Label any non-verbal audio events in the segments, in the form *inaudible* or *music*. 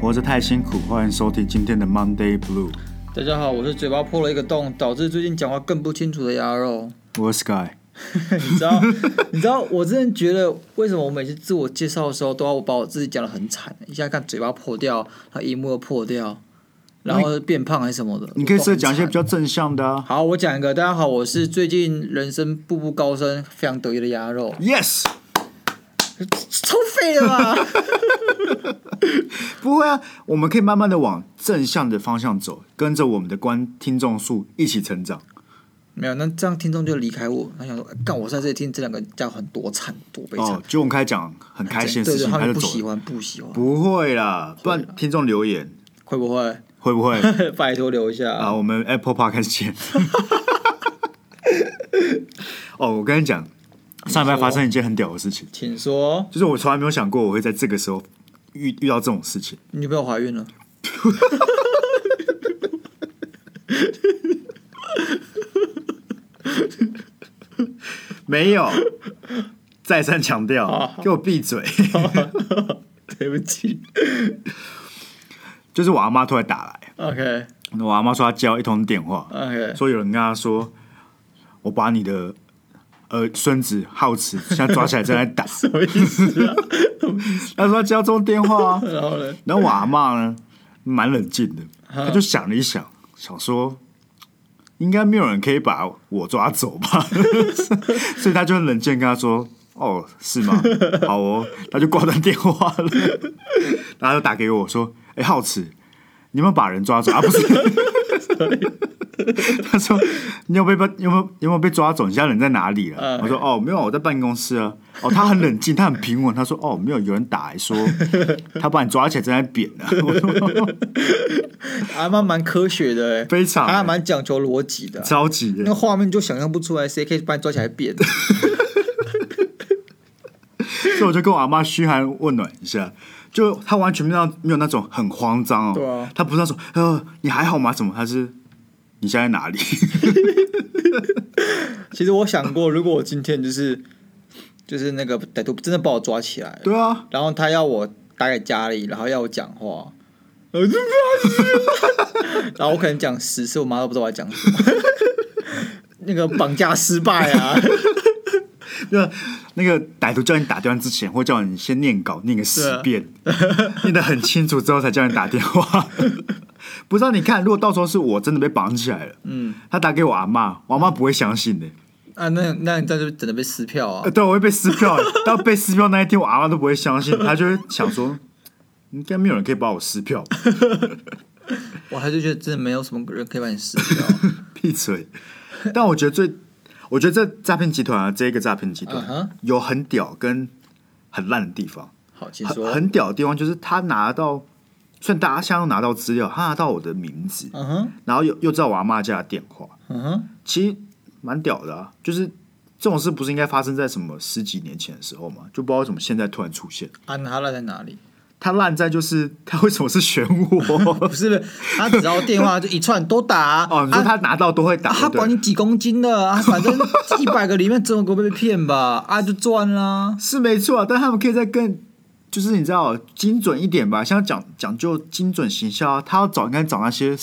活着太辛苦，欢迎收听今天的 Monday Blue。大家好，我是嘴巴破了一个洞，导致最近讲话更不清楚的鸭 *laughs* 肉。我是 Sky，你知道，你知道，我真的觉得为什么我每次自我介绍的时候都要把我自己讲的很惨，一下看嘴巴破掉，然后一幕又破掉，然后变胖还是什么的。你可以我都试很着讲一些惨比较正向的啊。好，我讲一个。大家好，我是最近人生步步高升、非常得意的鸭肉， Yes，超废的吧？不会啊，我们可以慢慢的往正向的方向走，跟着我们的观听众数一起成长。 *laughs* 哦没有，那这样听众就离开我，他想说，哎干我在这里听这两个家伙很多惨，多悲惨哦，，就我们开始讲很开心的对事对，情，他他们就不喜走了。欢，不喜欢，不会啦，不然听众留言会不会？会不 *laughs* 会 *laughs* 拜托留一下啊？我们 Apple Podcast *laughs* 见。哦，我跟你讲，上礼拜发生一件很屌的事情，请说，就是我从来没有想过我会在这个时候遇遇到这种事情。你女朋友怀孕了？没有，再三强调，给我闭嘴。 *laughs* *laughs* 对不起。就是我阿妈突然打来， OK 我阿妈说她接到一通电话， OK，说有人跟她说，我把你的呃孙子浩慈现在抓起来正在打。 *laughs* 什么意思啊？她说她接到这通电话、啊， *laughs* 然后呢？然后我阿妈呢蛮冷静的，她就想了一想，想说。应该没有人可以把我抓走吧， *laughs* 所以她就很冷静地跟她说：“哦，是吗？好哦。”她就挂断电话了， *laughs* 然后就打给我说：“哎、浩慈，你有没有把人抓走啊？不是， *laughs* 他说你有被被有没有有没有被抓走？你现在人在哪里了？嗯我说哦，没有，我在办公室啊。哦，他很冷静，他很平稳。他说哦，没有，有人打来说他把你抓起来正在扁呢、 *laughs* 我说阿妈蛮科学的哎、非常她还蛮讲求逻辑的啊、着急那个的，画面就想象不出来，谁可以把你抓起来 *laughs* 扁？所以我就跟我阿妈嘘寒问暖一下。就他完全没有没有那种很慌张哦，对啊他不是那种呃你还好吗？怎么？他是你现在在哪里？ *laughs* 其实我想过，如果我今天就是就是那个歹徒真的把我抓起来了，对啊，然后他要我打给家里，然后要我讲话，然后就然后我可能讲十次，我妈都不知道我在讲什么。 *laughs* 那个绑架失败啊，那那个歹徒叫你打电话之前，会叫你先念稿念个十啊遍，念得很清楚之后才叫你打电话。 *laughs* 不知道你看，如果到时候是我真的被绑起来了，嗯，他打给我阿妈，我阿妈不会相信的、 *laughs* 啊，那那你在这边等着被撕票啊呃，？对，我会被撕票、到被撕票那一天，我阿妈都不会相信，她就会想说，应该没有人可以把我撕票。我还是觉得真的没有什么人可以把你撕票。闭嘴！但我觉得最，我觉得这诈骗集团啊，这一个诈骗集团、嗯哼有很屌跟很烂的地方。 *laughs* 好，请很说。很屌的地方就是他拿到，虽然大家现在都拿到资料，他拿到我的名字，嗯哼，然后又又知道我阿妈家的电话，嗯哼，其实蛮屌的啊。就是这种事不是应该发生在什么十几年前的时候嘛？就不知道为什么现在突然出现。安哈拉在哪里？他烂在就是他为什么是选我？ *laughs* 不是，不是他只要电话就一串都打啊。哦，你说他拿到都会打，啊，他对不对管你几公斤的啊，反 *laughs* 正一百个里面总有个被骗吧，啊就赚啦。是没错啊，但他们可以再更。就是你知道精准一点吧，像讲讲究精准行销、啊，他要找应该找那些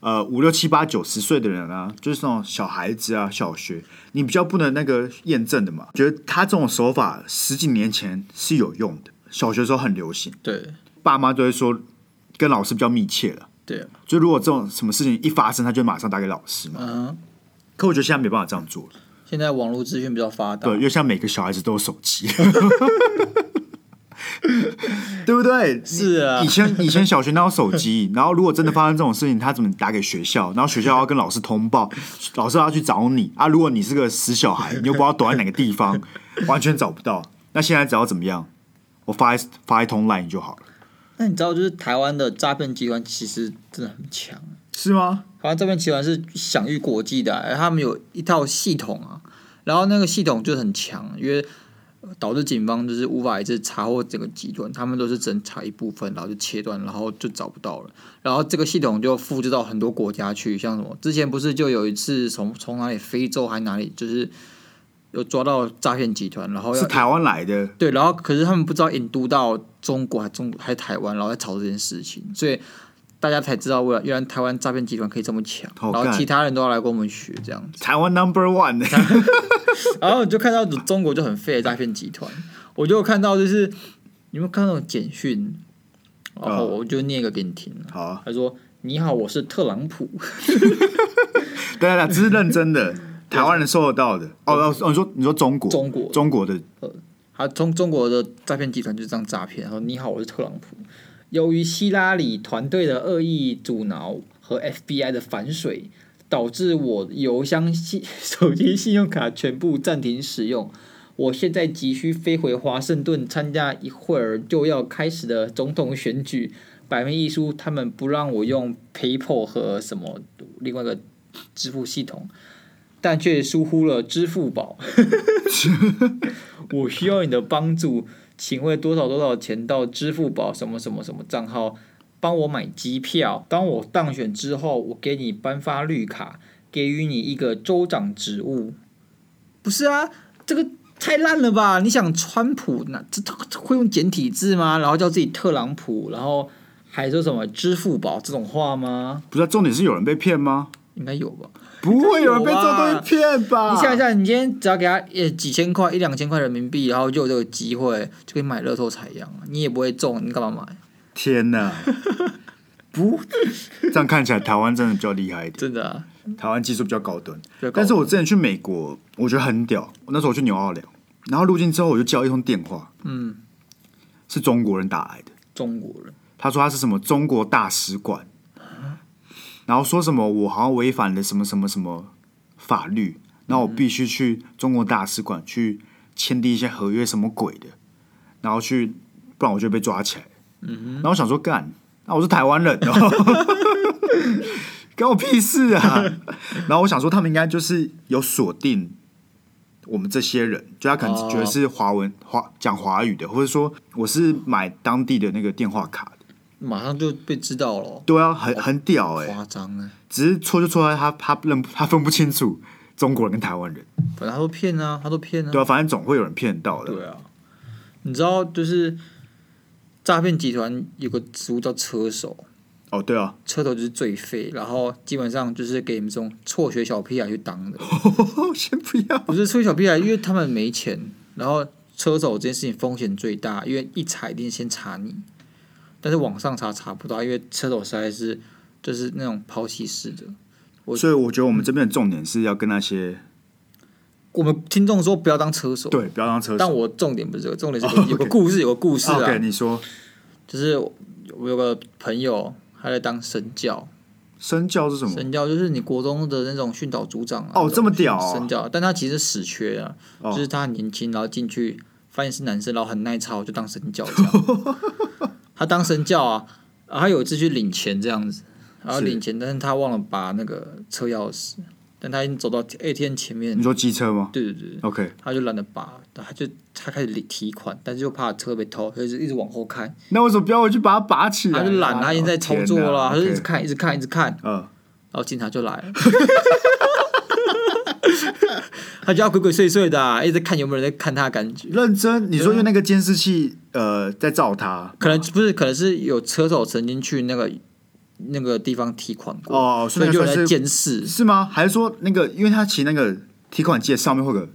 呃五六七八九十岁的人啊，就是那种小孩子啊，小学，你比较不能那个验证的嘛。觉得他这种手法十几年前是有用的，小学的时候很流行，对爸妈都会说跟老师比较密切了。对，就如果这种什么事情一发生，他就马上打给老师嘛。嗯，可我觉得现在没办法这样做了，现在网络资讯比较发达对，，因为像每个小孩子都有手 *laughs* 机，对不对？是啊以，前以前小学哪有手机？ *laughs* 然后如果真的发生这种事情，他怎么打给学校？然后学校要跟老师通报，老师要去找你啊！如果你是个死小孩，你又不知道躲在哪个地方， *laughs* 完全找不到。那现在只要怎么样？我发一发一通 line 就好了，那你知道就是台湾的诈骗集团其实真的很强，是吗？台湾诈骗集团是享誉国际的啊、他们有一套系统啊，然后那个系统就很强，因为导致警方就是无法一次查获整个集团，他们都是只能查一部分，然后就切断，然后就找不到了。然后这个系统就复制到很多国家去，像什么之前不是就有一次从从哪里非洲还哪里，就是有抓到诈骗集团，然后要是台湾来的，对，然后可是他们不知道引渡到中国还中国还台湾，然后在吵这件事情，所以大家才知道，为了原来台湾诈骗集团可以这么强，好然后干其他人都要来跟我们学这样子，台湾 Number One 欸然后你就看到中国就很废的诈骗集团，我就有看到就是你有没有看到简讯，然后嗯我就念一个给你听， *laughs* 好啊，他说：“你好，我是特朗普。”对 *laughs* 啊，对啊这是认真的，台湾人收得到的。哦，哦，哦你说你说中国，中国中国的他中中国的诈骗集团就是这样诈骗。然后你好，我是特朗普。由于希拉里团队的恶意阻挠和 FBI 的反水，导致我邮箱信、手机信用卡全部暂停使用。我现在急需飞回华盛顿参加一会儿就要开始的总统选举。百面一书他们不让我用 PayPal 和什么另外一个支付系统，但却疏忽了支付宝。 *laughs* 我需要你的帮助，请汇多少多少钱到支付宝什么什么什么账号，帮我买机票。当我当选之后，我给你颁发绿卡，给予你一个州长职务。不是啊，这个太烂了吧？你想川普那这这这会用简体字吗？然后叫自己特朗普，然后还说什么支付宝这种话吗？不是啊重点是有人被骗吗？应该有吧？不会有人被这种东西骗吧？你想一，下，你今天只要给他呃几千块、一两千块人民币，然后就有这个机会就可以买乐透彩一样，你也不会中，你干嘛买？天哪！不，这样看起来台湾真的比较厉害一点，真的、啊。台湾技术比较高端。比较高但是我之前去美国，我觉得很屌。那时候我去纽奥良，然后入境之后我就接到一通电话，嗯，是中国人打来的。中国人他说他是什么中国大使馆，然后说什么我好像违反了什么什么什么法律，那我必须去中国大使馆去签订一些合约什么鬼的，然后去不然我就被抓起来。然后我想说干，那、我是台湾人 *laughs* 哦，关我屁事啊！然后我想说他们应该就是有锁定。我们这些人，就他可能觉得是华文华讲华语的，或者说我是买当地的那个电话卡的马上就被知道了，哦对啊，很很屌哎、夸张啊！只是错就错在他他认他分不清楚中国人跟台湾人，本来他都骗啊，他都骗啊。对啊，反正总会有人骗到的。对啊，你知道就是诈骗集团有个职务叫车手，哦，对啊，车头就是最废，然后基本上就是给你们这种辍学小屁孩去当的。先不要。不是吹小屁孩，因为他们没钱，然后车手这件事情风险最大，因为一查一定先查你，但是网上查查不到，因为车手实在是就是那种抛弃式的。我 *laughs* 所以我觉得我们这边的重点是要跟那些我们听众说不要当车手，对不要当车手。但我重点不是这个，重点是有哦个有个故事，有个故事啊 OK，你说就是我有个朋友他在当神教，身教是什么？神教就是你国中的那种训导组长啊，哦这么屌哦神教，但他其实死缺啊，哦就是他很年轻，然后进去发现是男生，然后很耐操，就当神教这样。 *laughs* 他当神教啊，然后他有一次去领钱这样子，然后是领钱，但是他忘了拔那个车钥匙，但他已经走到 ATM 前面你，说机车吗对对对， ？OK，他就懒得拔，然后他就他开始领提款，但是又怕车被偷，他就一直往后看，那为什么不要回去把它拔起来啊？他就懒，他已经在操作了，他就一天哪直嗯看，一直看，一直看， OK，然后警察就来了， *laughs* 他就要鬼鬼祟祟的、啊，一直看有没有人在看他的感觉嗯，。认真。你说用那个监视器呃在照他可能不是，可能是有车手曾经去那个那个地方提款过，哦，所所以以就有算人在是监视。是吗？还是说那个，因为他骑那个提款机的上面会有个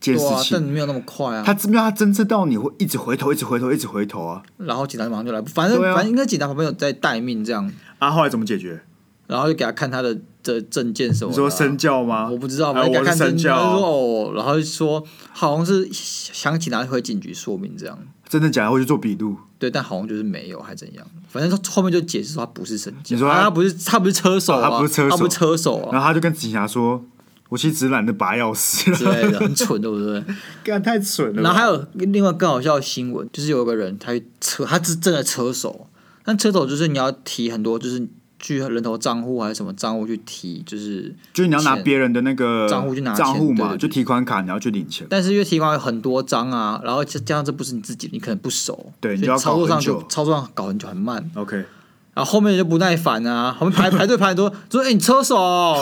监对视啊，器，但没有那么快啊。他知不知道他侦测到你会一直回头，一直回头，一直回头啊？然后警察马上就来，反正、对啊反正应该警察旁边有在待命这样，啊，后来怎么解决？然后就给他看他的的证件什么你的说啊。身教吗？我不知道，哎反正给我他是身看证件，教他就说哦，哦，然后就说好像是想起拿回警局说明这样。真的假的会去做笔录？对，但好像就是没有，还怎样？反正他后面就解释说他不是神经，你说啊他他不是他不是车手、啊哦他不是车手他不是车手啊然后他就跟警察说：“我其实只懒得拔钥匙之了，类的，很蠢，对不对？ *laughs* 干太蠢了吧。”然后还有另外更好笑的新闻，就是有一个人他车，他是真的车手，但车手就是你要提很多就是去人头账户还是什么账户去提，就是就是你要拿钱别人的那个账户去拿钱账户对嘛，对对就提款卡，你要去领钱。但是因为提款有很多张啊，然后加加上这不是你自己的，你可能不熟，对你所就要以搞操作上很就久操作上搞很久很慢， OK，然后后面就不耐烦啊，后面排 *laughs* 排队排很多，说哎、你车手 *laughs* 哦，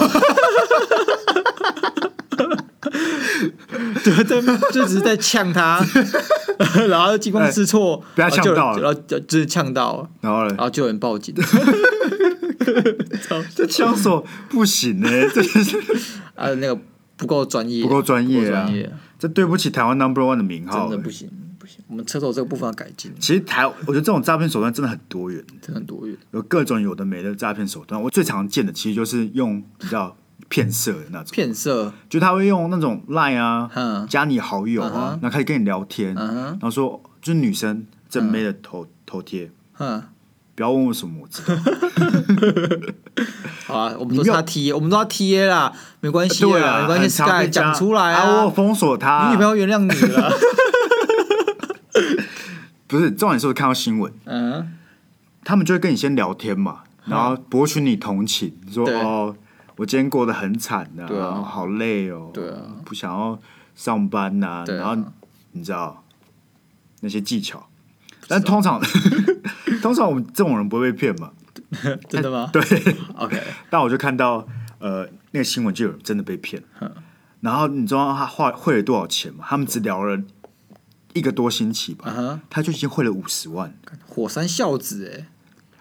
对对，就只是在呛他， *laughs* 然后惊慌失措，哎不要呛到了然后就然后就就是呛到，然后然呢？后就有人报警，这枪手不行 *laughs* 呢、这啊那个不够专业，不够专业不够啊专业，这对不起台湾 Number One 的名号真欸、的不行不行，我们车手这个部分要改进，其实台，我觉得这种诈骗手段真的很多元，真的很多余。有各种有的没的诈骗手段。我最常见的其实就是用比较骗色的那种，骗色，就他会用那种 Line 啊，嗯加你好友啊，嗯哼然后开始跟你聊天，嗯哼嗯然后说就是女生正妹的头、头贴，哼，不要问我什么，我知 *laughs* 道。好啊，我们都你是没他有 T A，我们都要 T A 啦，没关系对 *laughs* 啦，啊，没关系很常，Sky 被加讲出来啊，啊，我有封锁他、你女朋友原谅你了，不是重点是我看到新闻，嗯，他们就会跟你先聊天嘛，然后博取你同情，说对哦，我今天过得很惨呐、对啊然后好累哦，对啊，不想要上班呐、对然啊后你知道那些技巧，但通常 *laughs* 通常我们这种人不会被骗嘛，真的吗？对， ，OK，但我就看到呃那个新闻就有人真的被骗嗯，然后你知道他花汇了多少钱吗？他们只聊了一个多星期吧，嗯哼，他就已经汇了五十万，火山孝子 *laughs*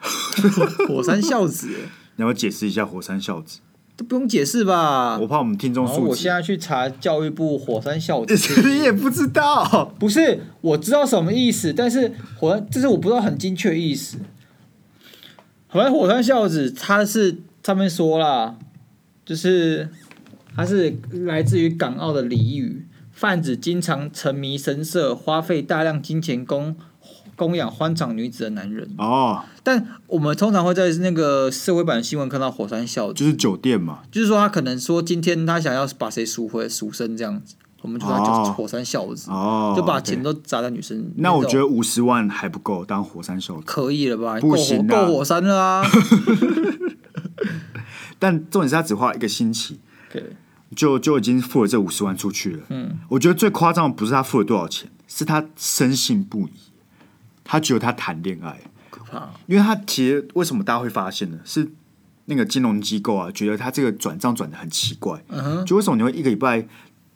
哎、火山孝子、欸，你要不要解释一下火山孝子？这不用解释吧？我怕我们听众啊然后素我质现在去查教育部火山孝 *laughs* 子， *laughs* 你也不知道，不是我知道什么意思，但是火山这是我不知道很精确的意思。好像火山孝子，他是上面说啦，就是它是来自于港澳的俚语，泛指经常沉迷声色、花费大量金钱供供养欢场女子的男人。哦，但我们通常会在那个社会版新闻看到火山孝子，就是酒店嘛，就是说他可能说今天他想要把谁赎回赎身这样子，我们就说他就是哦火山孝子。哦，就把 OK 钱。都砸在女生。那我种觉得五十万还不够当火山孝子，可以了吧？不行够啊火够火山 *laughs* 了啊！但重点是他只花了一个星期，对，就就已经付了这五十万出去了。嗯，我觉得最夸张的不是他付了多少钱，是他深信不疑，他觉得他谈恋爱，可怕。因为他其实为什么大家会发现呢？是那个金融机构啊，觉得他这个转账转的很奇怪，嗯哼，就为什么你会一个礼拜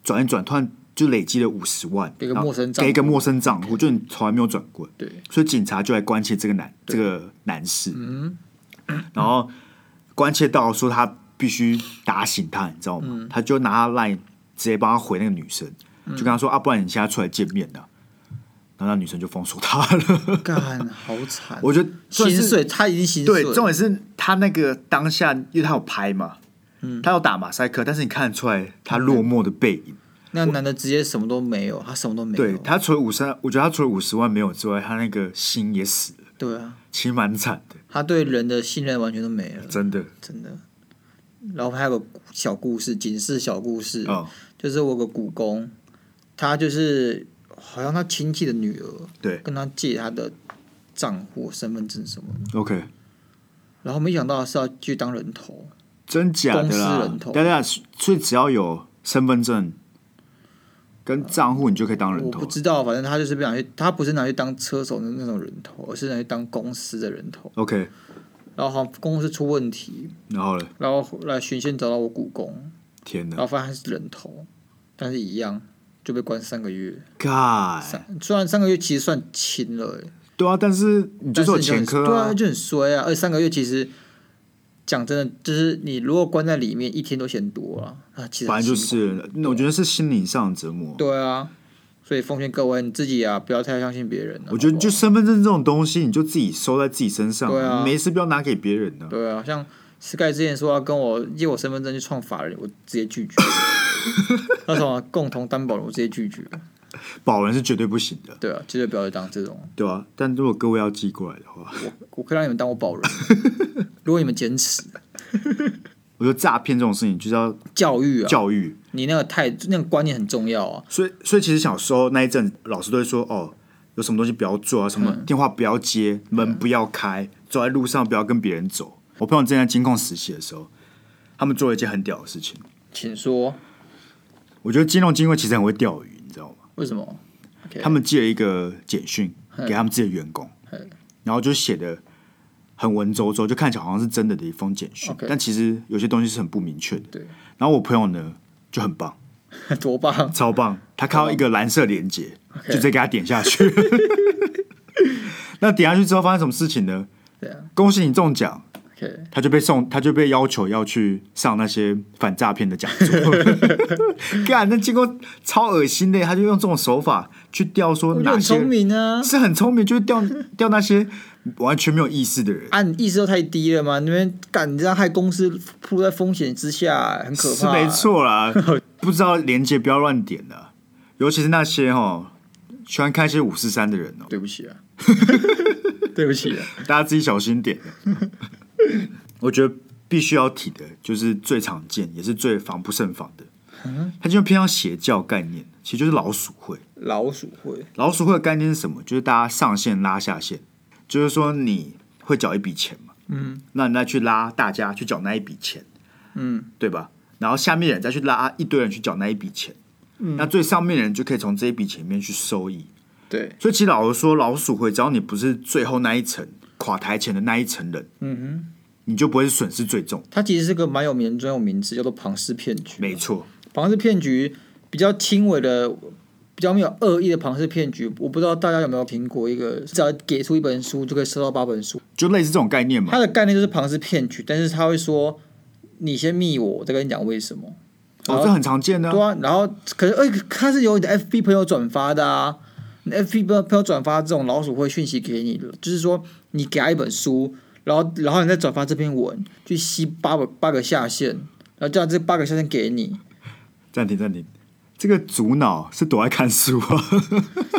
转一转，突然就累积了五十万，给个陌生账户给一个陌生账户，就你从来没有转过，对，所以警察就来关切这个男这个男士， *coughs* 然后关切到说他必须打醒他，你知道吗？他就拿他 line 直接帮他回那个女生，就跟他说啊，不然你现在出来见面的、然后那女生就封锁他了。干好惨。 *laughs* 我觉得算心是碎，他已经心碎对，了。重点是他那个当下，因为他有拍嘛，嗯他有打马赛克，但是你看得出来他落寞的背哎影。那男的直接什么都没有，他什么都没对有。他除了五十，我觉得他除了五十万没有之外，他那个心也死了，对啊，其实蛮惨的，他对人的信任完全都没了，真的。真的。然后还有个小故事，警示小故事，哦，就是我有个股东，他就是好像他亲戚的女儿对跟他借他的账户、身份证什么的， ，OK，然后没想到是要去当人头，真假公的司啦人头？大家所以只要有身份证跟账户，你就可以当人我头不。知道，反正他就是不想去，他不是拿去当车手的那种人头，而是拿去当公司的人头。 OK，然后好像公司出问题，然后呢？然后后来循线找到我股东，天然哪后发现他是人头，但是一样就被关三个月。 ，God，三虽然三个月其实算轻了、欸，对啊，但是你就是但是有你就前很科对啊啊，，就很衰啊。而且三个月其实讲真的，就是你如果关在里面一天都嫌多了啊，其实反很正就辛苦是，那我觉得是心理上的折磨。对啊。所以奉劝各位你自己啊，不要太相信别人、啊。我觉好得不就好身份证这种东西，你就自己收在自己身上，对啊没事不要拿给别人的。对啊，像 Sky 之前说要跟我借我身份证去创法人，我直 *laughs* 接拒绝。那什么共同担保人，我直接拒绝。保人是绝对不行的，对啊，绝对不要去当这种。对吧、但如果各位要寄过来的话，我我可以让你们当 *laughs* 我保人，如果你们坚持我觉得诈骗这种事情就是要教育啊，教育，你那个态那个观念很重要啊。所以所以其实小时候那一阵，老师都会说哦，嗯有什么东西不要做啊，什么电话不要接，门不要开，走在路上不要跟别人走，我朋友之前在金控实习的时候，他们做了一件很屌的事情。请说我觉得金融机构其实很会钓鱼，你知道吗？为什么？OK， *laughs* 他们寄了一个简讯给他们自己的员工嗯，然后就写的很文绉绉，就看起来好像是真的的一封简讯 OK，但其实有些东西是很不明确的。对，然后我朋友呢就很棒，多棒超棒，他看到一个蓝色连接， ！OK，就直接给他点下去。 *laughs* 那点下去之后发生什么事情呢？对啊恭喜你中奖， ，OK，他就被送，他就被要求要去上那些反诈骗的讲座。 *laughs* 干，那经过超恶心的，他就用这种手法去钓说我就哪很些聪明啊。是很聪明，就是钓钓那些完全没有意识的人，啊，你意识都太低了嘛？你们敢这样害公司扑在风险之下，很可是怕。啊没，错 *laughs* 啦。不知道连接不要乱点的、尤其是那些哦喜欢看一些五四三的人哦，对不起 *laughs* 啊，对不起啊。大家自己小心点。 *laughs* 我觉得必须要提的就是最常见也是最防不胜防的，它就偏向邪教概念，其实就是老鼠会。老鼠会，老鼠会的概念是什么？就是大家上线拉下线，就是说你会缴一笔钱嘛，嗯那你再去拉大家去缴那一笔钱，嗯，对吧？然后下面人再去拉一堆人去缴那一笔钱，嗯那最上面的人就可以从这一笔钱里面去收益。对，所以其实老实说，老鼠会只要你不是最后那一层垮台前的那一层人，嗯哼，你就不会是损失最重。它其实是个蛮有名、专有名词，叫做庞氏骗局。没错，庞氏骗局比较轻微的、比较没有恶意的庞氏骗局，我不知道大家有没有听过一个，只要给出一本书就可以收到八本书。就类似这种概念嘛它。的概念就是庞氏骗局，但是他会说你先密我，我再跟你讲为什么。哦，这很常见的啊、对啊，然后可是，哎、他是由你的 FB 朋友转发的啊。你 FB 朋友朋友转发这种老鼠会讯息给你，就是说你给他一本书，然后然后你再转发这篇文，去吸八个八个下线，然后叫这八个下线给你，暂停，暂停。这个主脑是躲在看书啊，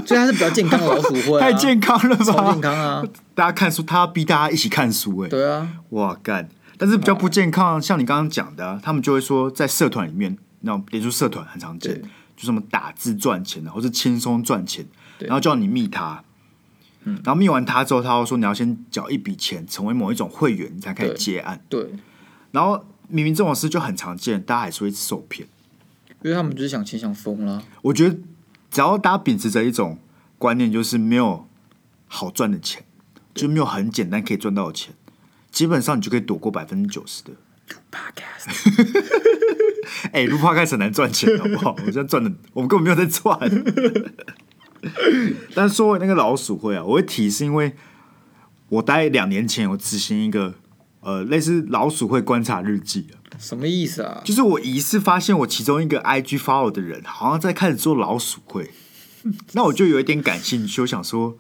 所以它是比较健康的老鼠会、啊，太健康了超吧健？康啊，大家看书，他要逼大家一起看书、哎，对啊，哇干！但是比较不健康，像你刚刚讲的啊、他们就会说在社团里面，那种脸书社团很常见对，就什么打字赚钱的，啊或是轻松赚钱，啊对嗯然后叫你密他，然后密完他之后，他会说你要先缴一笔钱，成为某一种会员，你才可以对接案。对，然后明明这种事就很常见，大家还是会受骗。因为他们就是想钱想疯了，我觉得只要大家秉持着一种观念，就是没有好赚的钱，就没有很简单可以赚到的钱，基本上你就可以躲过百分之九十的。 Podcast 哎、录 podcast 很难赚钱，好不好？我现在赚的，我们根本没有在赚。 *laughs* 但是说回那个老鼠会啊，我会提是因为我待两年前有执行一个呃类似老鼠会观察日记啊，什么意思啊？就是我疑似发现我其中一个 IG follow 的人好像在开始做老鼠会，那我就有一点感兴趣，我想说，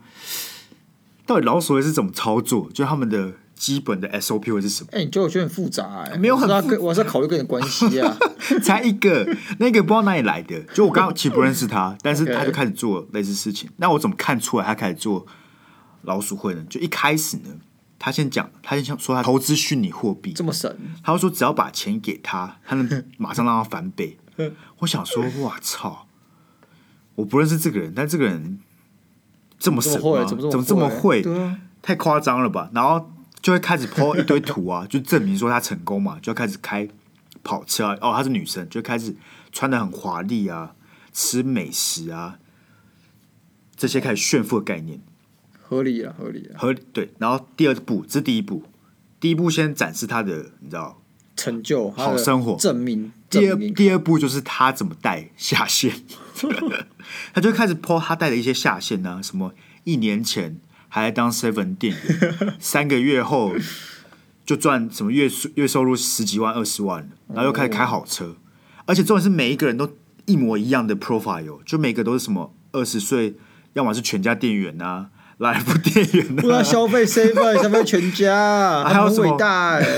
到底老鼠会是怎么操作？就他们的基本的 SOP 会是什么？哎、你觉得我觉得很复杂哎、没有很我是要跟我是要考虑跟你的关系啊， *laughs* 才一个，那个不知道哪里来的。就我刚刚其实不认识他，但是他就开始做类似事情。那我怎么看出来他开始做老鼠会呢？就一开始呢，他先讲，他先想说他投资虚拟货币，这么神，他就说只要把钱给他，他能马上让他翻 *laughs* 倍。我想说，哇操！我不认识这个人，但这个人这么这神么吗？会，怎么怎么这这么会？对啊。太夸张了吧？然后就会开始 po 一堆图啊，就证明说她成功嘛，就要开始开跑车啊。哦，她是女生，就开始穿的很华丽啊，吃美食啊，这些开始炫富的概念合理啊，合理啊，合理对。然后第二步，这是第一步，第一步先展示她的，你知道。成就他的好生活证明第二证明第二步就是她怎么带下线，她就开始 po 她带的一些下线呢、什么一年前还在当 seven 店员，三个月后就赚什么月收月收入十几万二十万了，然后又开始开好车，而且重点是每一个人都一模一样的 profile，就每个都是什么二十岁，要么是全家店员啊，来福店员不要啊，消费 seven，消费全家，还有他们什很么伟大 *laughs*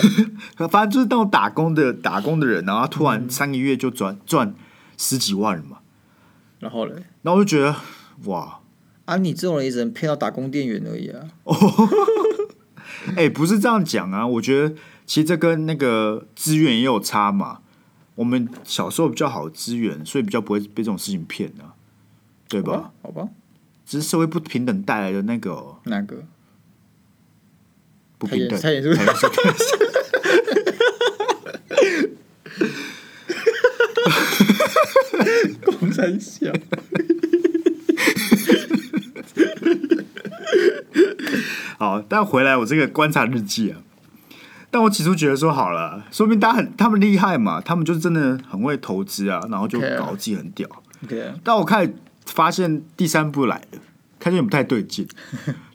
哎、反正就是那种打工的打工的人，然后他突然三个月就赚赚十几万了嘛。然后嘞，然后我就觉得哇，啊，你这种人也只能骗到打工店员而已啊，哎、不是这样讲啊，我觉得其实这跟那个资源也有差嘛。我们小时候比较好的资源，所以比较不会被这种事情骗啊，对啊好吧？吧，好吧，只是社会不平等带来的那个哪个？不太平严等。太严肃了，共产小。 *laughs* *laughs* 好，但回来我这个观察日记啊，但我起初觉得说好了，说明大家很他们厉害嘛，他们就真的很会投资啊，然后就 OK 啊搞自己很屌。 OK，啊但我开始发现第三步来了，看见不太对 *laughs* 劲。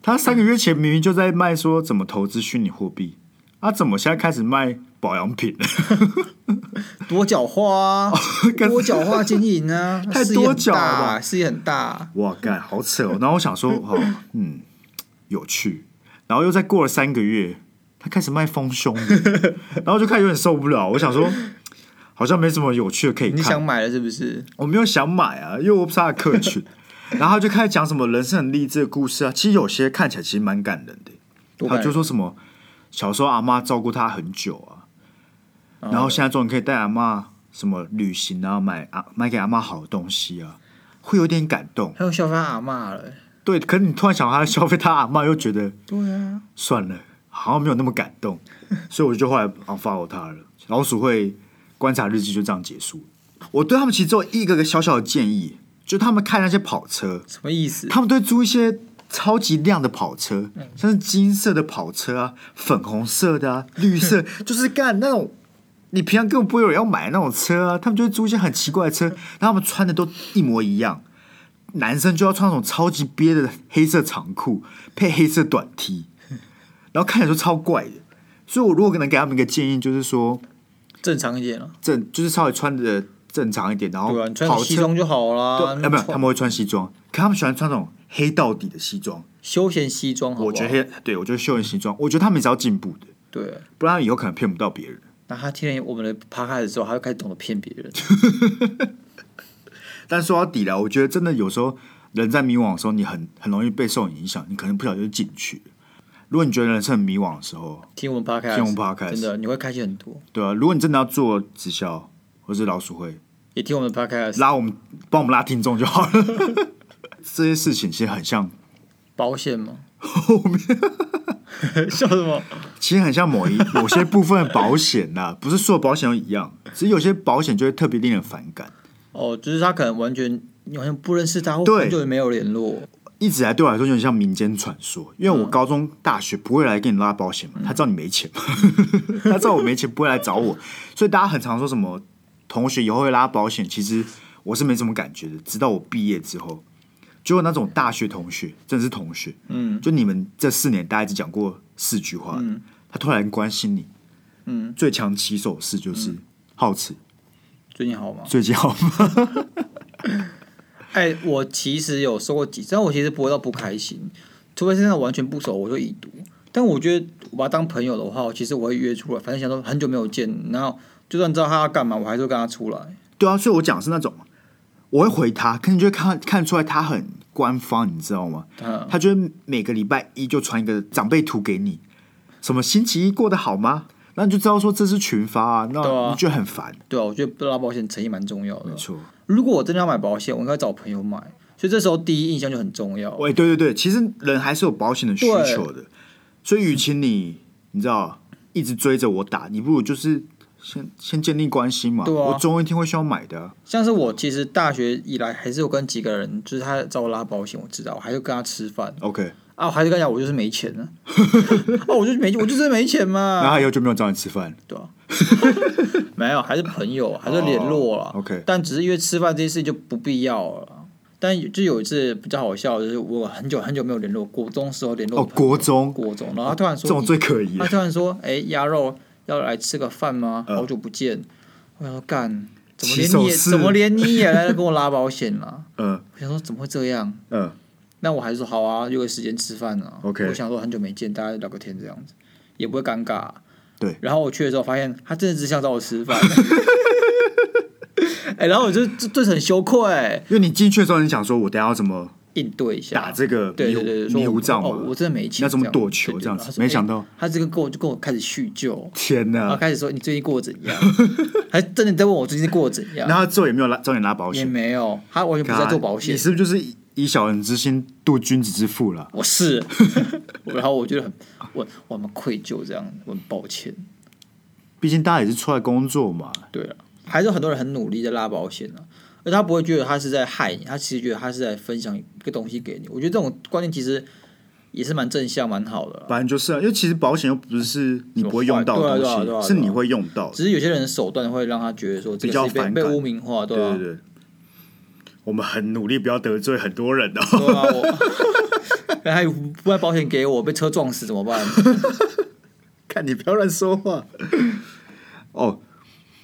他三个月前明明就在卖说怎么投资虚拟货币，啊，怎么现在开始卖保养品 *laughs* 了？ *laughs* 多角化 *laughs* 啊，多角化经营啊，太事业多很角了大吧事业很大。哇，干，好扯哦！然后我想说， *laughs* 哦，嗯，有趣。然后又再过了三个月，他开始卖丰胸 *laughs* 了，然后就开始有点受不了。我想说，好像没什么有趣的可以你想看。买了是不是？我没有想买啊，因为我不是他的客 *laughs* 群。然后他就开始讲什么人生很励志的故事啊，其实有些看起来其实蛮感人的。多他买就说什么小时候阿妈照顾他很久啊，然后现在终于可以带阿妈什么旅行啊，买啊买给阿妈好的东西啊，会有点感动。还有小贩阿骂了。对，可是你突然想到他消费他阿妈，又觉得对啊，算了，好像没有那么感动，所以我就后来 unfollow 他了。老鼠会观察日记就这样结束。我对他们其实只有一个个小小的建议，就他们开那些跑车，什么意思？他们都会租一些超级亮的跑车，嗯像是金色的跑车啊、粉红色的 *laughs* 啊、绿色，就是干那种你平常根本不会有人要买那种车啊。他们就会租一些很奇怪的车，然后他们穿的都一模一样。男生就要穿那种超级憋的黑色长裤配黑色短 T，然后看起来就超怪的。所以我如果能给他们一个建议，就是说正常一点啊，正就是稍微穿的正常一点，然后对啊，你穿跑西车装就好对啦。啊你没有穿他们会穿西装，可他们喜欢穿那种黑到底的西装。休闲西装好不好，我觉得黑，对我觉得休闲西装，我觉得他们也是要进步的，对啊。不然以后可能骗不到别人。那他听了我们的 p 开的时候，他就开始懂得骗别人。但说到底了，我觉得真的有时候人在迷惘的时候，你很很容易被受影响，你可能不小心就进去了。如果你觉得人生很迷惘的时候，听我们 p 开，听我们 podcast 真的你会开心很多。对啊，如果你真的要做直销或是老鼠会，也听我们 p 开，拉我们帮我们拉听众就好了。 *laughs* 这些事情其实很像，保险吗？后面 *laughs* 笑什么？其实很像某一某些部分的保险呐、不是所有保险都一样，只是有些保险就会特别令人反感。哦，就是他可能完全你好像不认识他，或对很久没有联络。一直以来对我来说有点像民间传说，因为我高中、大学不会来给你拉保嗯险嘛，他知道你没钱嘛， *laughs* 他知道我没钱不会来找我，所以大家很常说什么同学以后会拉保险，其实我是没什么感觉的，直到我毕业之后，就有那种大学同学，真的是同学，嗯就你们这四年大家只讲过四句话，嗯他突然关心你，嗯，最强起手式就是好奇，最近好吗？最近好吗？哎、我其实有收过几次，但我其实不会到不开心，除非是那种完全不熟，我就已读。但我觉得我把他当朋友的话，其实我会约出来，反正想说很久没有见，然后就算知道他要干嘛，我还是会跟他出来。对啊，所以我讲的是那种，我会回他，可你就会看看出来他很官方，你知道吗？嗯，他就会每个礼拜一就传一个长辈图给你，什么星期一过得好吗？那你就知道说这是群发啊，那对啊你就很烦。对啊，我觉得拉保险诚意蛮重要的没。错，如果我真的要买保险，我应该找朋友买，所以这时候第一印象就很重要。喂，对对对，其实人还是有保险的需对求的，所以与其你你知道一直追着我打，你不如就是先先建立关系嘛。对啊我总有一天会需要买的啊、像是我其实大学以来还是有跟几个人，就是他找我拉保险，我知道，我还是跟他吃饭 OK，啊，我还是跟他讲我就是没钱呢、 *laughs* 啊，我就是没，我就是没 *laughs* 钱嘛。那他以后就没有找你吃饭。对啊，没有，还是朋友，还是联络啦。哦，OK 但只是因为吃饭这件事就不必要了啦。但就有一次比较好笑，就是我很久很久没有联络，国中时候联络哦，朋友国中国中，然后他突然说这种最可疑啊他了。突然说：“哎、鸭肉要来吃个饭吗？好久不见。我想说：“干，怎么连嗯起手你也式怎么连你也来跟我拉保险了、嗯我想说：“怎么会这样嗯，？”那我还是说：“好啊，约个时间吃饭啊。 OK 我想说很久没见，大家聊个天这样子，也不会尴尬、啊对。然后我去的时候，发现他真的只想找我吃饭。 *laughs* 哎、然后我就就就很羞愧、因为你进去的时候，你想说我等一下要怎么应对一下。打这个对迷对对对，糊说迷糊仗哦，嘛我？真的没钱，你要怎么这样躲球对对这样对子他说没哎想到他这个跟我就跟我开始叙旧，天然后哪！开始说你最近过得怎样， *laughs* 还真的在问我最近过得怎样，然后他之后也没有拉找你拉保也险，啊没有，他完全不是在做保险你，是不是就是一以小人之心度君子之腹了。我是， *laughs* 然后我觉得很我我很愧疚，这样我很抱歉。毕竟大家也是出来工作嘛，对啊，还是有很多人很努力在拉保险啊，而他不会觉得他是在害你，他其实觉得他是在分享一个东西给你。我觉得这种观念其实也是蛮正向、蛮好的啦。反正就是啊，因为其实保险又不是你不会用到的对啊对啊对啊东对啊西，是你会用到的。只是有些人的手段会让他觉得说这比较个是被反感被污名化，对吧、对对对，我们很努力，不要得罪很多人哦。 *laughs* 对啊，我 *laughs* 然后还不卖保险给我，被车撞死怎么办？看你不要乱说话。哦，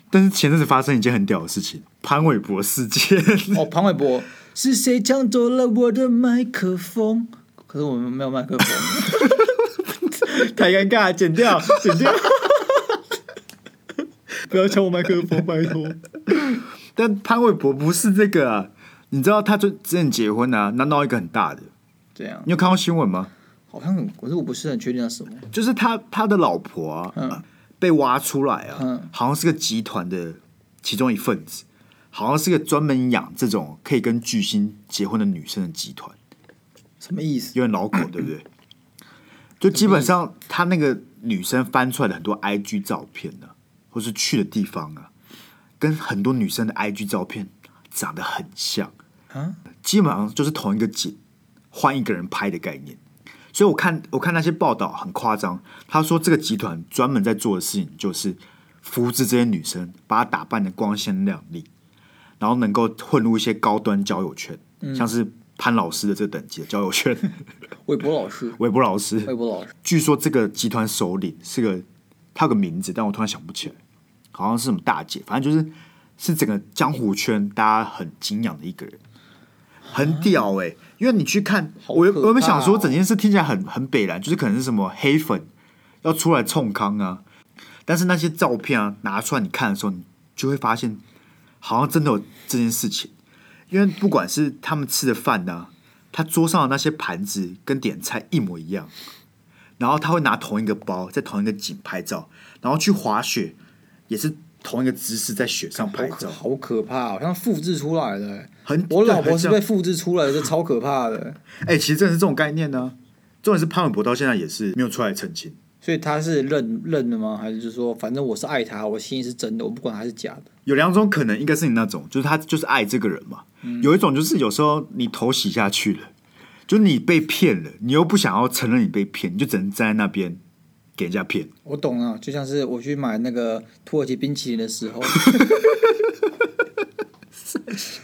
但是前阵子发生一件很屌的事情，潘玮柏事件。 *laughs* 哦，潘玮柏是谁抢走了我的麦克风？可是我们没有麦克风，太尴尬，剪掉，剪掉。 *laughs* 不要抢我麦克风，拜托！ *laughs* 但潘玮柏不是这个啊，你知道他最之前结婚啊，闹到一个很大的，这样你有看过新闻吗？好像很，可是我不是很确定那是什么。就是他他的老婆啊，嗯被挖出来啊，嗯好像是个集团的其中一份子，好像是个专门养这种可以跟巨星结婚的女生的集团。什么意思？有点老口，对不对？就基本上他那个女生翻出来的很多 IG 照片呢、或是去的地方啊，跟很多女生的 IG 照片长得很像啊，基本上就是同一个景，换一个人拍的概念。所以我看我看那些报道很夸张，他说这个集团专门在做的事情就是扶植这些女生，把她打扮的光鲜亮丽，然后能够混入一些高端交友圈，像是潘老师的这个等级的交友圈。韦伯老师，韦伯老师，韦伯老师，据说这个集团首领是个，他有个名字，但我突然想不起来，好像是什么大姐，反正就是是整个江湖圈大家很敬仰的一个人，很屌哎、因为你去看，好我原可我原本想说怕哦整件事听起来很很北然，就是可能是什么黑粉要出来冲康啊，但是那些照片啊拿出来你看的时候，你就会发现好像真的有这件事情，因为不管是他们吃的饭呐、啊他桌上的那些盘子跟点菜一模一样，然后他会拿同一个包在同一个景拍照，然后去滑雪也是同一个姿势在雪上好拍可照，哎好可怕，好像复制出来的欸。很我老婆很是像被复制出来的，这超可怕的。哎、其实真的是这种概念呢、重点是潘玮柏到现在也是没有出来澄清，所以他是认认的吗？还是就说反正我是爱他，我心里是真的，我不管他是假的。有两种可能，应该是你那种，就是他就是爱这个人嘛。嗯有一种就是有时候你头洗下去了，就你被骗了，你又不想要承认你被骗，你就只能站在那边给人家骗。我懂了，就像是我去买那个土耳其冰淇淋的 *laughs* 时候，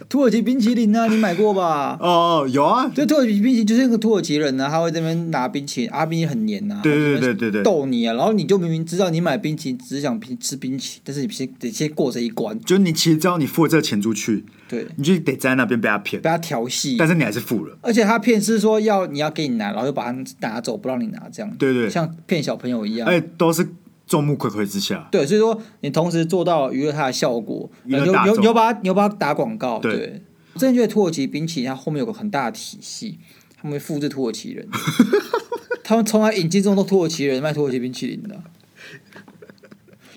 土耳其冰淇淋呢、啊，你买过吧？哦，有啊，就土耳其冰淇淋就是一个土耳其人呢、啊，他会这边拿冰淇淋，啊，冰淇淋很黏呐、啊，对对他就对对对对，逗你啊，然后你就明明知道你买冰淇淋只是想冰吃冰淇淋，但是你先得先过这一关，就你其实知道你付了这个钱出去，对，你就得站在那边被他骗被，他调戏但。是你还是付了。而且他骗是说要你要给你拿，然后又把他拿走，不让你拿，这样对对像骗小朋友一样。而且哎都是众目睽睽之下，对，所以说你同时做到娱乐它的效果，娱乐呃有大有众有把它有把它打广告，对对。我真的觉得土耳其冰淇淋它后面有个很大的体系，他们会复制土耳 *laughs* 其人，他们从来引进这种都土耳其人卖土耳其冰淇淋的。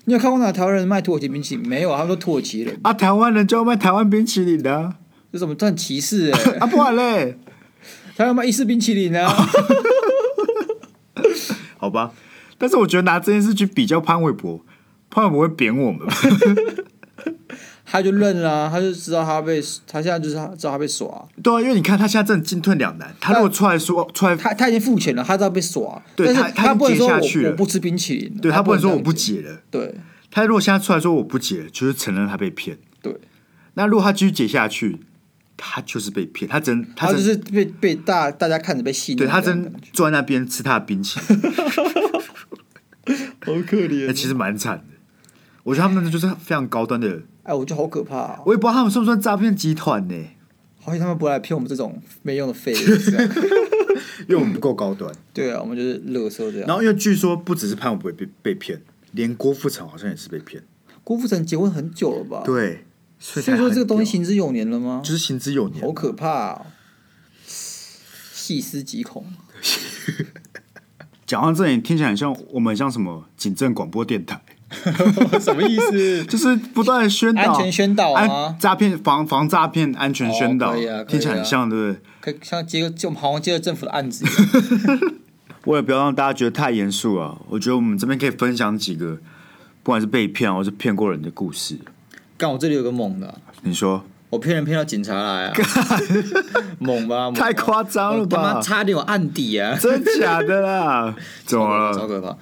你有看过哪台湾人卖土耳其冰淇淋？没有啊，他们说土耳其人，啊，台湾人就要卖台湾冰淇淋的啊，这什么这很歧视哎、欸啊不然嘞，台湾卖意式冰淇 *laughs* 淋啊，好吧。但是我觉得拿这件事去比较潘玮柏，潘玮柏会扁我们吧。 *laughs* 他就认了、啊他就知道他被，他现在就是他知道他被耍，对啊，因为你看他现在真的进退两难，他如果出来说出来，他他已经付钱了，他知道被耍，啊对但他是他已经不能接说下去我了我不吃冰淇淋，对他不能这说我样不讲解了。对他如果现在出来说我不解了，就是承认他被骗。对，那如果他继续解下去，他就是被骗，他真他他真就是被被大大家看着被戏弄对这样他的感真觉，坐在那边吃他的冰淇淋，好可那怜。其实蛮惨的。我觉得他们就是非常高端的，哎，我觉得好可怕、哦，我也不知道他们算不算诈骗集团呢、好像他们不来骗我们这种没用的废物这 *laughs* 样。因为我们不够高端。对啊，我们就是乐色这样。然后因为据说不只是潘玮柏被被骗，连郭富城好像也是被骗。郭富城结婚很久了吧？，对，所所才以说很这个东屌西行之有年了吗？就是行之有年好。可怕、哦，细思极恐。 *laughs* *laughs* 讲到这里，听起来很像我们很像什么警政广播电台。什么意思？就是不断的宣导 *laughs* 安全宣导安啊，诈骗防防诈骗安全宣导，哦可以啊听起来可以啊很像，对不对？可以像接就我们好像接了政府的案子一样。 *laughs* 为了不要让大家觉得太严肃啊，我觉得我们这边可以分享几个，不管是被骗或是骗过人的故事。干，我这里有个猛的啊、你说我骗人骗到警察来啊！ *laughs* 猛吧，猛吧 *laughs* 太夸张了我他妈吧？差点有案底啊！真假的啦？怎么超了？可怕。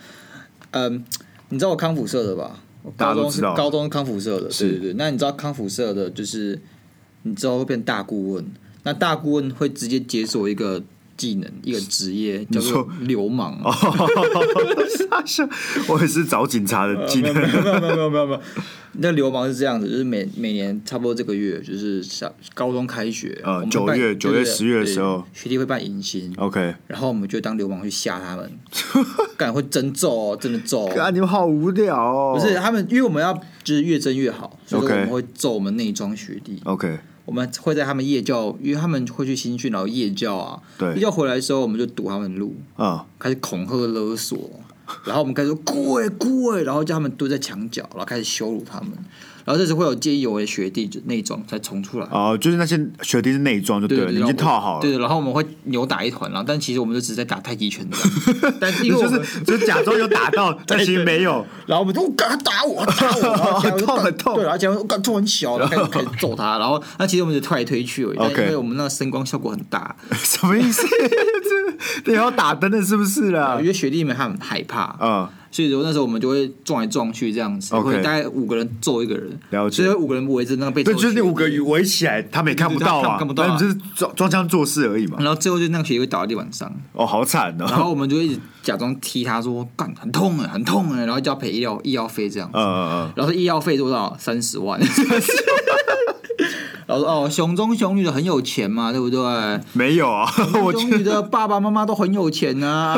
嗯，你知道我康复社的吧？我大高家都中是知道高中是康复社的，对对对。那你知道康复社的，就是你之后会变大顾问，那大顾问会直接解锁一个技能，一个职业叫做流氓。哦，傻笑 *laughs* 我也是找警察的技没有能没 *laughs* 有 *laughs* 没有没有没有没有没有，那流氓是这样子，就是每每年差不多这个月，就是小高中开学，呃我们九会办月对九月对对十月的时候哦对学弟会办迎新， OK，然后我们就当流氓去吓 *laughs* 他们，干会真揍哦，真的揍哦。啊，你们好无聊哦。不是他们，因为我们要就是越争越好，所以说 OK 我们会揍我们内装学弟， OK，我们会在他们夜教，因为他们会去新训，然后夜教啊，对夜教回来的时候，我们就堵他们路，啊、开始恐吓 *laughs* 勒索，然后我们开始说跪跪，然后叫他们蹲在墙角，然后开始羞辱他们，然后这时会有见义勇为的学弟就内装才冲出来。哦，就是那些学弟是内装就对了，对，你已然后经套好了，对，然后我们会扭打一团，然后但其实我们就只是在打太极拳的， *laughs* 但是因为我 *laughs* 就们是就是假装有打 *laughs* 到，但其实没有。然后我们就我敢打我，打我，然后很痛然后很 *laughs* 痛对，然后讲我敢突很小， *laughs* 然后开始开始揍他，然后那其实我们就推来推去而已，但 OK 因为我们那个声光效果很大， *laughs* 什么意思？这你要打灯的是不是啦因？为学弟们他很害怕，嗯，所以说那时候我们就会撞来撞去这样子， OK 会大概五个人揍一个人，了解所以会五个人围着那个被揍对，的就是学那弟五个鱼围起来，他们也看不到啊，对他们看不到啊但就是装装腔作势而已嘛。然后最后就那个学弟会倒在地板 *laughs* 上，哦，好惨然哦。后我们就一直假装踢他说干很痛哎很痛哎，然后叫他赔医药医药费这样子嗯，嗯然后说医药费多少？三十万。 *laughs* 然后说哦，熊中熊女的很有钱嘛，对不对？嗯，没有啊， *laughs* 我熊女的爸爸妈妈都很有钱啊，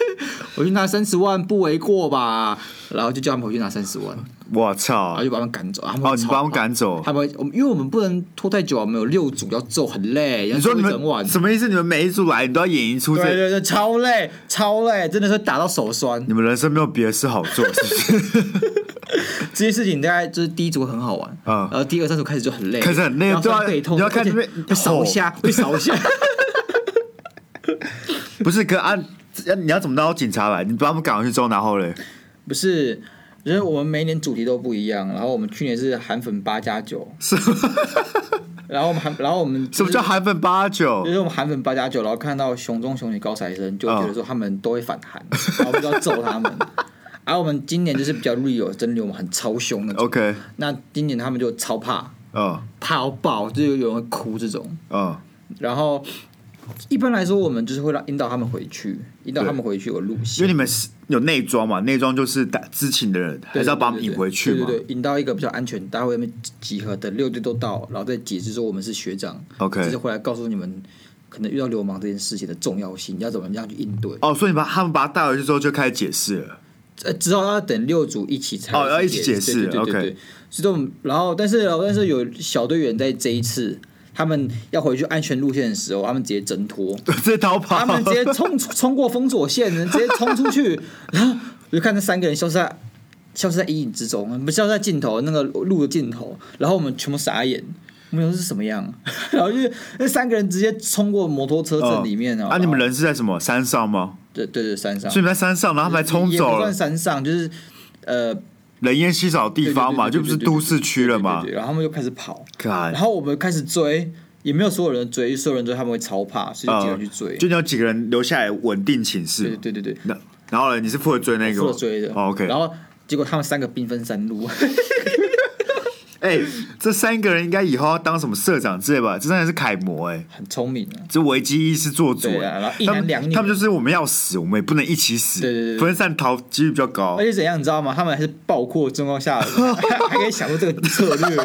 *laughs* 我去拿三十万不为过吧？然后就叫他们回去拿三十万，然我后操！就把他们赶走。他们会哦，你吵把我，赶走。他们会我们因为我们不能拖太久啊，我们有六组要揍，很累，要你说揍你一整们晚。什么意思？你们每一组来，你都要演一出对这？对对，超累，超累，真的是打到手酸。你们人生没有别的事好做，是不 *laughs* 是？这些事情大概就是第一组很好玩，嗯然后第二、三组开始就很累，开始很累然后对啊算背痛，你要看而且这边哦会扫虾，会扫虾，不是，可按、啊、你要怎么到警察来？你把他们赶回去之后，然后嘞， *laughs* 不是。就是我们每一年主题都不一样，然后我们去年是韩粉八加九，是 *laughs* 然后我们韩，然后我们、什就是、么叫韩粉八九就？是我们韩粉八加九，然后看到熊中熊女高材生，就会觉得说啊他们都会反韩，然后我们就要揍 *laughs* 他们。然后我们今年就是比较 real，真的我们很超凶的。 OK，那今年他们就超怕，嗯怕到爆，就是有人会哭这种。嗯，然后一般来说，我们就是会让引导他们回去，引导他们回去有路因为线，你们是有内装嘛，内装就是打知情的人，还对是要把他们引回去对嘛对对，引到一个比较安全，大家会那边集合等六队都到，然后再解释说我们是学长只是？OK，回来告诉你们可能遇到流氓这件事情的重要性，要怎么样去应对。哦，所以你把他们把他带回去之后就开始解释了。呃，只好要等六组一起才哦要一起解释对对对对 OK 对。所以说我们，然后但是但是有小队员在这一次。他们要回去安全路线的时候，他们直接挣脱， *laughs* 这逃跑，他们直接冲出冲过封锁线，直接冲出去，然后我就看那三个人消失在消失在阴影之中，不是消失在尽头那个路的尽头，然后我们全部傻眼，我们想说是什么样， *laughs* 然后就是那三个人直接冲过摩托车阵里面嗯啊，啊，你们人是在什么山上吗？对对对山上，所以你们在山上，然后他们还冲哦也走不算了，山上，就是呃人烟稀少的地方嘛，就对对不对是对都市区了嘛对对。对然后他们就开始跑，然看，后我们开始追，也没有所有人追，所有人追他们会超怕，所以就几个人去追，就你有几个人留下来稳定寝对室，对对对对。那然后呢，你是负责追那个负吗？责追的。哦，OK 然。后结果他们三个兵分三路，哎，这三个人应该以后要当什么社长之类吧？这三个人是楷模哎，很聪明啊。这危机意识做主对哎。啊，然后一他男们两女，他们就是我们要死，我们也不能一起死，对对对对分散逃几率比较高而。且怎样，你知道吗？他们还是爆括中 *laughs* 高下的，还还可以想出这个策略。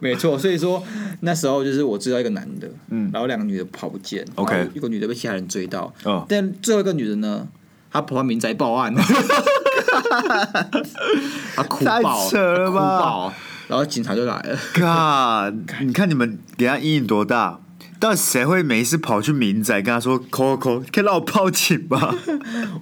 没错，所以说那时候就是我知道一个男的，嗯，然后两个女的跑不见 OK 然后一个女的被其他人追到，嗯但最后一个女的呢，她跑到民宅报 *laughs* 案，她哭太爆，扯了她哭吧爆，然后警察就来了。 *laughs* God，你看你们给他阴影多大？到底谁会没事跑去民宅跟他说扣扣扣，可以让我报警吗？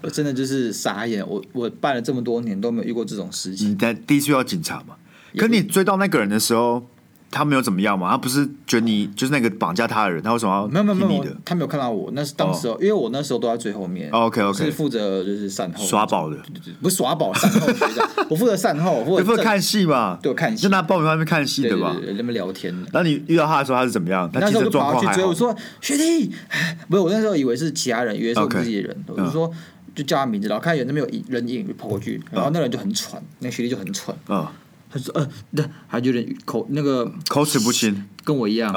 我真的就是傻眼，我我办了这么多年都没有遇过这种事 *laughs* 情。你在第一次遇到警察嘛？可你追到那个人的时候，他没有怎么样嘛？他不是觉得你就是那个绑架他的人，他为什么要哦没有没有听没你有的？，哦他没有看到我，那是当时候，因为我那时候都在最后面。 OK，OK 是负责就是善后耍宝的对对对不是耍宝善后学长， *laughs* 我负责善后，我你负不是责看戏嘛？对我看戏就拿爆米花那边看戏对的对吧对？对，那边聊天的。然后你遇到他的时候，他是怎么样？他那精时候神就状跑况去还追我好？说学弟， *sighs* 不是我那时候以为是其他人，以为是我们自己的人我嗯就说就叫他名字，然后看有那边有人影就跑过去，然后那人就很喘，那个学弟就很喘，嗯，他说呃，对，他就有点口那个口齿不清跟我一样，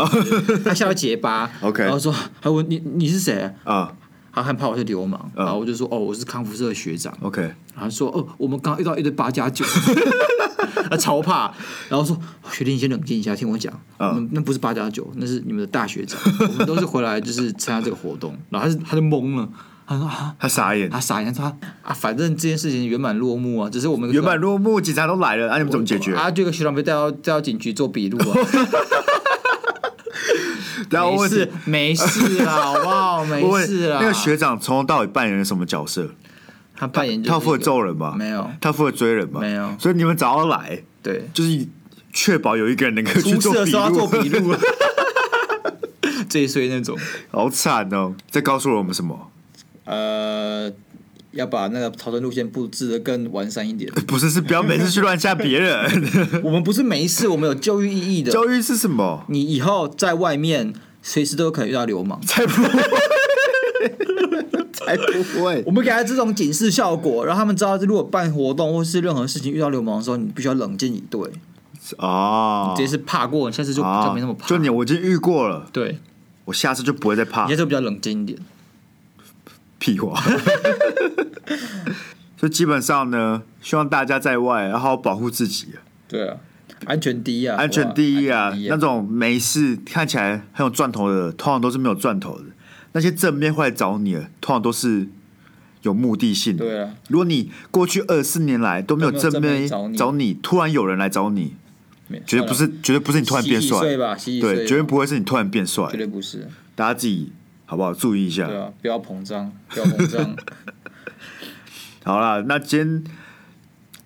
对他笑到结巴哦 OK 然后说还问你你是谁？啊、他很怕我是流氓，嗯然后我就说哦，我是康复社的学长， o k 然后说哦，我们刚刚遇到一堆八加九， *laughs* 他超怕，然后说学弟你先冷静一下，听我讲，嗯我们那不是八加九，那是你们的大学长，我们都是回来就是参加这个活动，然 *laughs* 后他就他就懵了，他说啊。他傻眼他，傻眼，他说啊，反正这件事情圆满落幕啊，只是我们原本落幕，警察都来了，那、你们怎么解决？啊，这个学长被带到带到警局做笔录 *laughs* 啊，然后没问题事没事 *laughs* 啦，好不好？没问事啦。那个学长从头到尾扮演了什么角色？他扮演就是他负责一个揍人吧？没有他负责追人吧？没有所以你们找他来，对，就是确保有一个人能够去出做事的笔时候要做录，笔录， *laughs* 最衰那种。 *laughs* 好惨哦！这告诉了我们什么？呃，要把那个逃生路线布置的更完善一 *laughs* 点。不是，是不要每次去乱吓别 *laughs* 人。我们不是没事，我们有教育意义的。教育是什么？你以后在外面随时都有可能遇到 *laughs* 流氓，才不会，才不 *laughs* 会我。们给他这种警示效果，让他们知道，如果办活动或是任何事情遇到流氓的时候，你必须要冷静以对。哦，这次怕过，你下次就比较啊没那么怕。就你，啊我已经遇过了，对，我下次就不会再怕你下。次比较冷静一点。屁 *laughs* 话。 *laughs* 所以基本上呢，希望大家在外要好好保护自己，对啊，安全第一啊，安全第一好啊不好安全第一。那种没事看起来很有赚头的，通常都是没有赚头的。那些正面会来找你的，通常都是有目的性的。对啊，如果你过去二十四年来都没有都没有正面正面找找你，突然有人来找你，没绝对不是，绝对不是你突然变洗洗帅睡，吧，洗洗睡对，吧绝对不会是你突然变帅绝。对不是，大家自己好不好注意一下对？啊，不要膨胀，不要膨 *laughs* 胀，好啦，那今天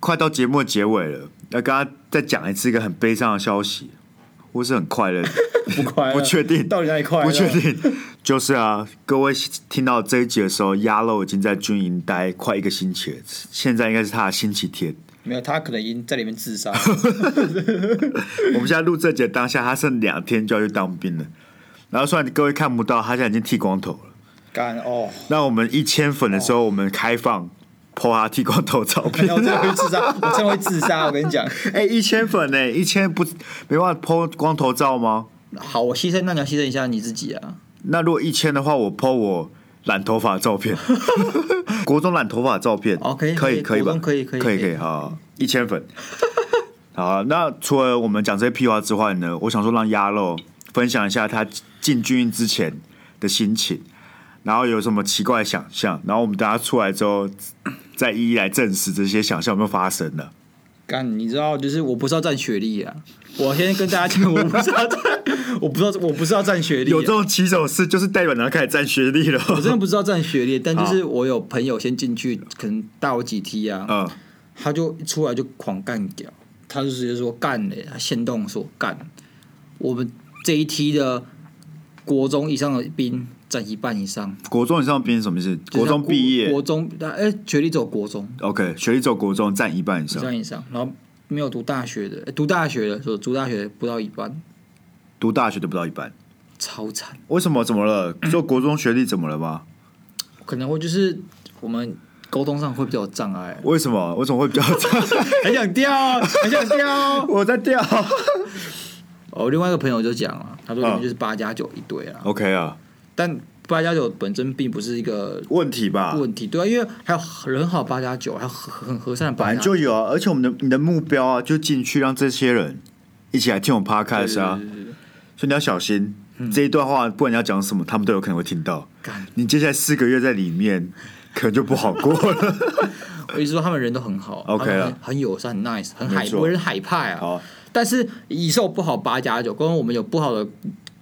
快到节目的结尾了，要跟大家再讲一次一个很悲伤的消息，或是很快乐的，不快乐，不确定到底哪里快乐？不确定。就是啊，各位听到这一集的时候，鸭肉已经在军营待快一个星期了，现在应该是他的星期天。没有，他可能已经在里面自杀。 *laughs* 我们现在录这集的当下，他剩两天就要去当兵了。然后虽然各位看不到，他现在已经剃光头了。干哦，那我们一千粉的时候，我们开放 po 他剃光头照片那。哎我真的会自杀， *laughs* 我真的会自杀。我跟你讲，哎、一千粉呢、一千不没办法 po 光头照吗？好，我牺牲，那你要牺牲一下你自己啊。那如果一千的话，我 po 我染头发的照 *laughs* 片，国中染头发的照片，哦可以可以可以吧国？中可以可以可以可以好，一千粉。 *laughs* 好，那除了我们讲这些屁话之外呢，我想说让鸭肉分享一下他进军营之前的心情，然后有什么奇怪的想象，然后我们大家出来之后再一一来证实这些想象有没有发生呢？干，你知道，就是我不是要占学历 *laughs* 啊。我先跟大家讲，我不是要占，我不知道，我不是要占学历、啊有这。种起手式，就是代表你要开始占学历了。我真的不知道占学历，但就是我有朋友先进去，可能大我几梯啊， *laughs* 嗯，他就一出来就狂干掉，他就直接说干嘞，他现动说干，我们这一梯的国中以上的兵占一半以上，国中以上兵是什么意思？就是国中毕业国中哎、学历只有国中 OK，学历只有国中占一半以以上，上以上，然后没有读大学的，哎读大学的说读大学的不到一半，读大学都不到一半，超惨，为什么？怎么了？做国中学历怎么了吗？，可能会就是我们沟通上会比较有障碍 *laughs* 为什么？为什么会比较差？ *laughs* 很想掉啊，很想掉啊。我在掉。哦，另外一个朋友就讲了，他说嗯你们就是八加九一堆啊， *laughs* OK 啊，但八加九本身并不是一个问题吧，问题，对啊，因为还有人好八加九，还有很很和善的八反加正九，就有啊。而且我们的你的目标啊，就进去让这些人一起来听我们 Podcast 啊，对对对对对嗯所以你要小心。这一段话，不管你要讲什么，他们都有可能会听到干。你接下来四个月在里面，可能就不好过 *laughs* 了。我意思说他们人都很好 *laughs* OK 他们很了很友善，很 nice，很没海，错为人海派啊。好，但是以受不好八加九，跟我们有不好的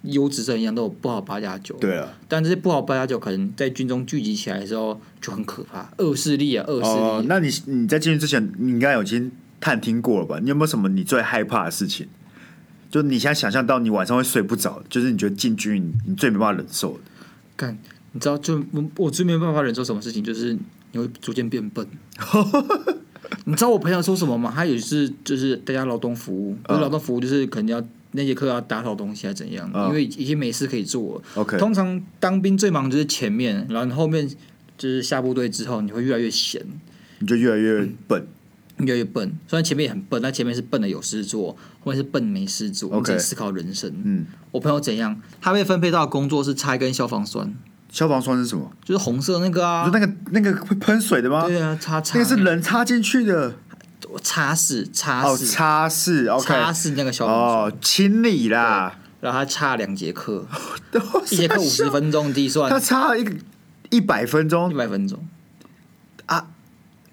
优质生一样都有不好八加九，对了，但这些不好八加九可能在军中聚集起来的时候就很可怕，恶势力啊，恶势力啊、哦、那你你在进去之前，你应该有先探听过了吧？你有没有什么你最害怕的事情？就你现在想象到你晚上会睡不着，就是你觉得进军你你最没办法忍受的。干，你知道就我我最没办法忍受什么事情，就是你会逐渐变 *laughs* 笨。你知道我朋友说什么吗？他也是就是大家劳动服务，不是劳动服务就是可能要那节课要打扫东西还是怎样，嗯因为已经没事可以做了。 OK，通常当兵最忙就是前面，然后你后面就是下部队之后，你会越来越闲，你就越来越笨。越来越笨。虽然前面也很笨，但前面是笨的有事做，后面是笨没事做，你 OK 自己思考人生。嗯，我朋友怎样？他被分配到的工作是拆跟消防栓，消防栓是什么？就是红色那个就啊，那个那个会喷水的吗？对啊，擦擦那个是人插进去的擦拭擦哦，拭擦拭 OK 擦拭那个消防栓。哦，清理啦。然后他差两节课，一一节课五十，分钟计他算插了一个一百分一钟，百分钟，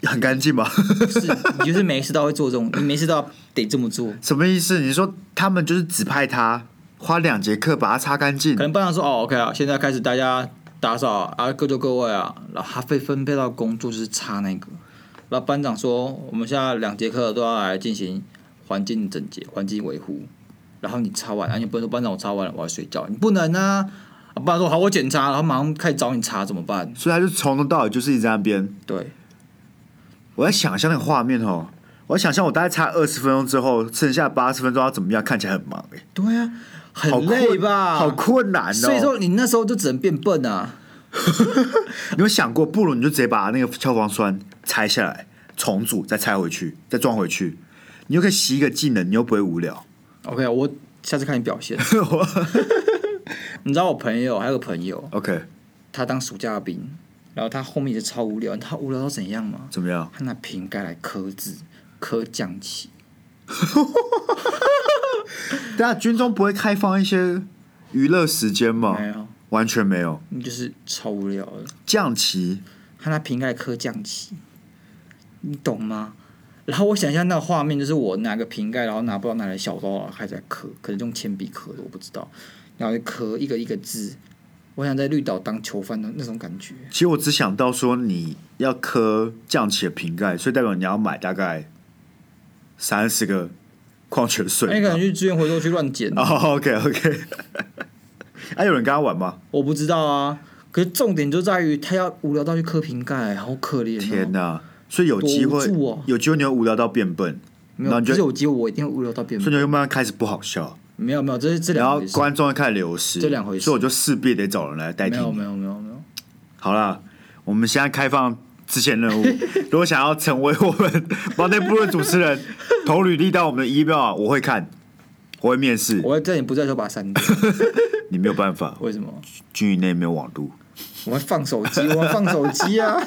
很干净吧？ *laughs* 是你就是没事到会做这种，你没事到得这么做。什么意思？你说他们就是指派他花两节课把它擦干净可？能班长说哦，OK 啊，现在开始大家打扫啊，各就各位啊。然后他被分配到工作就是擦那个。然后班长说，我们现在两节课都要来进行环境整洁、环境维护。然后你擦完，啊，你不能说班长我擦完了我要睡觉，你不能啊。啊班长说好，我检查，然后马上开始找你查怎么办？所以他就从头到尾就是一直在那边。对，我在想象那个画面哦，我在想象我大概擦二十分钟之后，剩下八十分钟要怎么样？看起来很忙哎、对啊，好很困累吧？好困难哦。所以说你那时候就只能变笨啊。你有想过，不如你就直接把那个消防栓拆下来，重组，再拆回去，再装回去，你就可以习一个技能，你又不会无聊。 OK，我下次看你表 *laughs* 现。你知道我朋友还有个朋友， OK，他当暑假兵，然后他后面也是超无聊，他无聊到怎样嘛？怎么样？他拿瓶盖来刻字，刻降旗。大家军中不会开放一些娱乐时间吗？没有，完全没有。你哎就是超无聊的。降旗，他拿瓶盖刻降旗，你懂吗？然后我想象那个画面，就是我拿个瓶盖，然后拿不知道哪来的小刀，然后开始在刻，可能用铅笔刻的，我不知道。然后就刻一个一个字，我想在绿岛当囚犯的那种感觉。其实我只想到说你要刻降旗的瓶盖，所以代表你要买大概三十个矿泉那你水吧。可能去资源回收去乱捡， *laughs* 哦、o k *laughs* OK，哎、有人跟他玩吗？我不知道啊。可是重点就在于他要无聊到去磕瓶盖，好可怜、哦。天哪！所以有机多无会，助哦有机会你会无聊到变笨，没然后有，你就这有机会我一定会无聊到变所以笨。你就慢慢开始不好笑，没有没有，这是这然两后回事。观众会开始流失，这两回事所以我就势必得找人来代替没有你。没有没有没有，好啦，我们现在开放支线 *laughs* 任务，如果想要成为我们毛内部的主持人，投履历到我们的 email，我会看，我会面试，我会在你不在的时候把它删掉。你没有办法，为什么？军营内没有网路。我会放手机，我会放手机 *laughs* 啊！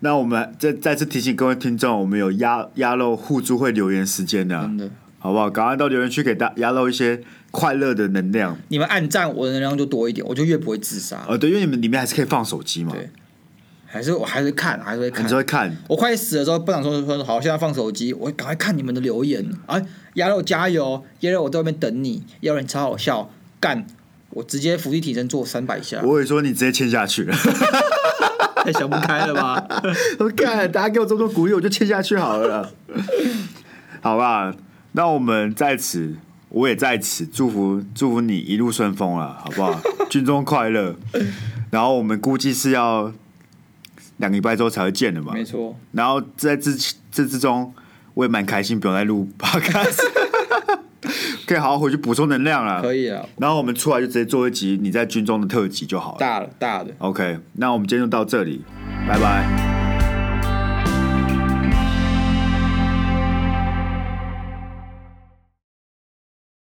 那我们再再次提醒各位听众，我们有鸭鸭肉互助会留言时间的、真的，好不好？赶快到留言区给大鸭肉一些快乐的能量。你们暗赞我的能量就多一点，我就越不会自杀。呃，对，因为你们里面还是可以放手机嘛，对还是我还是看，还是会你看就。会看。我快死的时候，不想说说好，现在放手机，我赶快看你们的留言。哎，鸭肉加油！鸭肉我在外面等你，鸭肉你超好笑，干！我直接伏地挺身做三 *laughs* 百下，我以为说你直接签下去了，太想不开了吧？我看大家给我这么多鼓励，我就签下去好了啦，好吧？那我们在此，我也在此祝福祝福你一路顺风了，好不好？军中快乐。然后我们估计是要两个礼拜之后才会见的嘛，没错，然后在这这之中，我也蛮开心，不用再录 podcast，可以好好回去补充能量了。可以啊，然后我们出来就直接做一集你在军中的特辑就好了。大了大的。 OK，那我们今天就到这里，拜拜。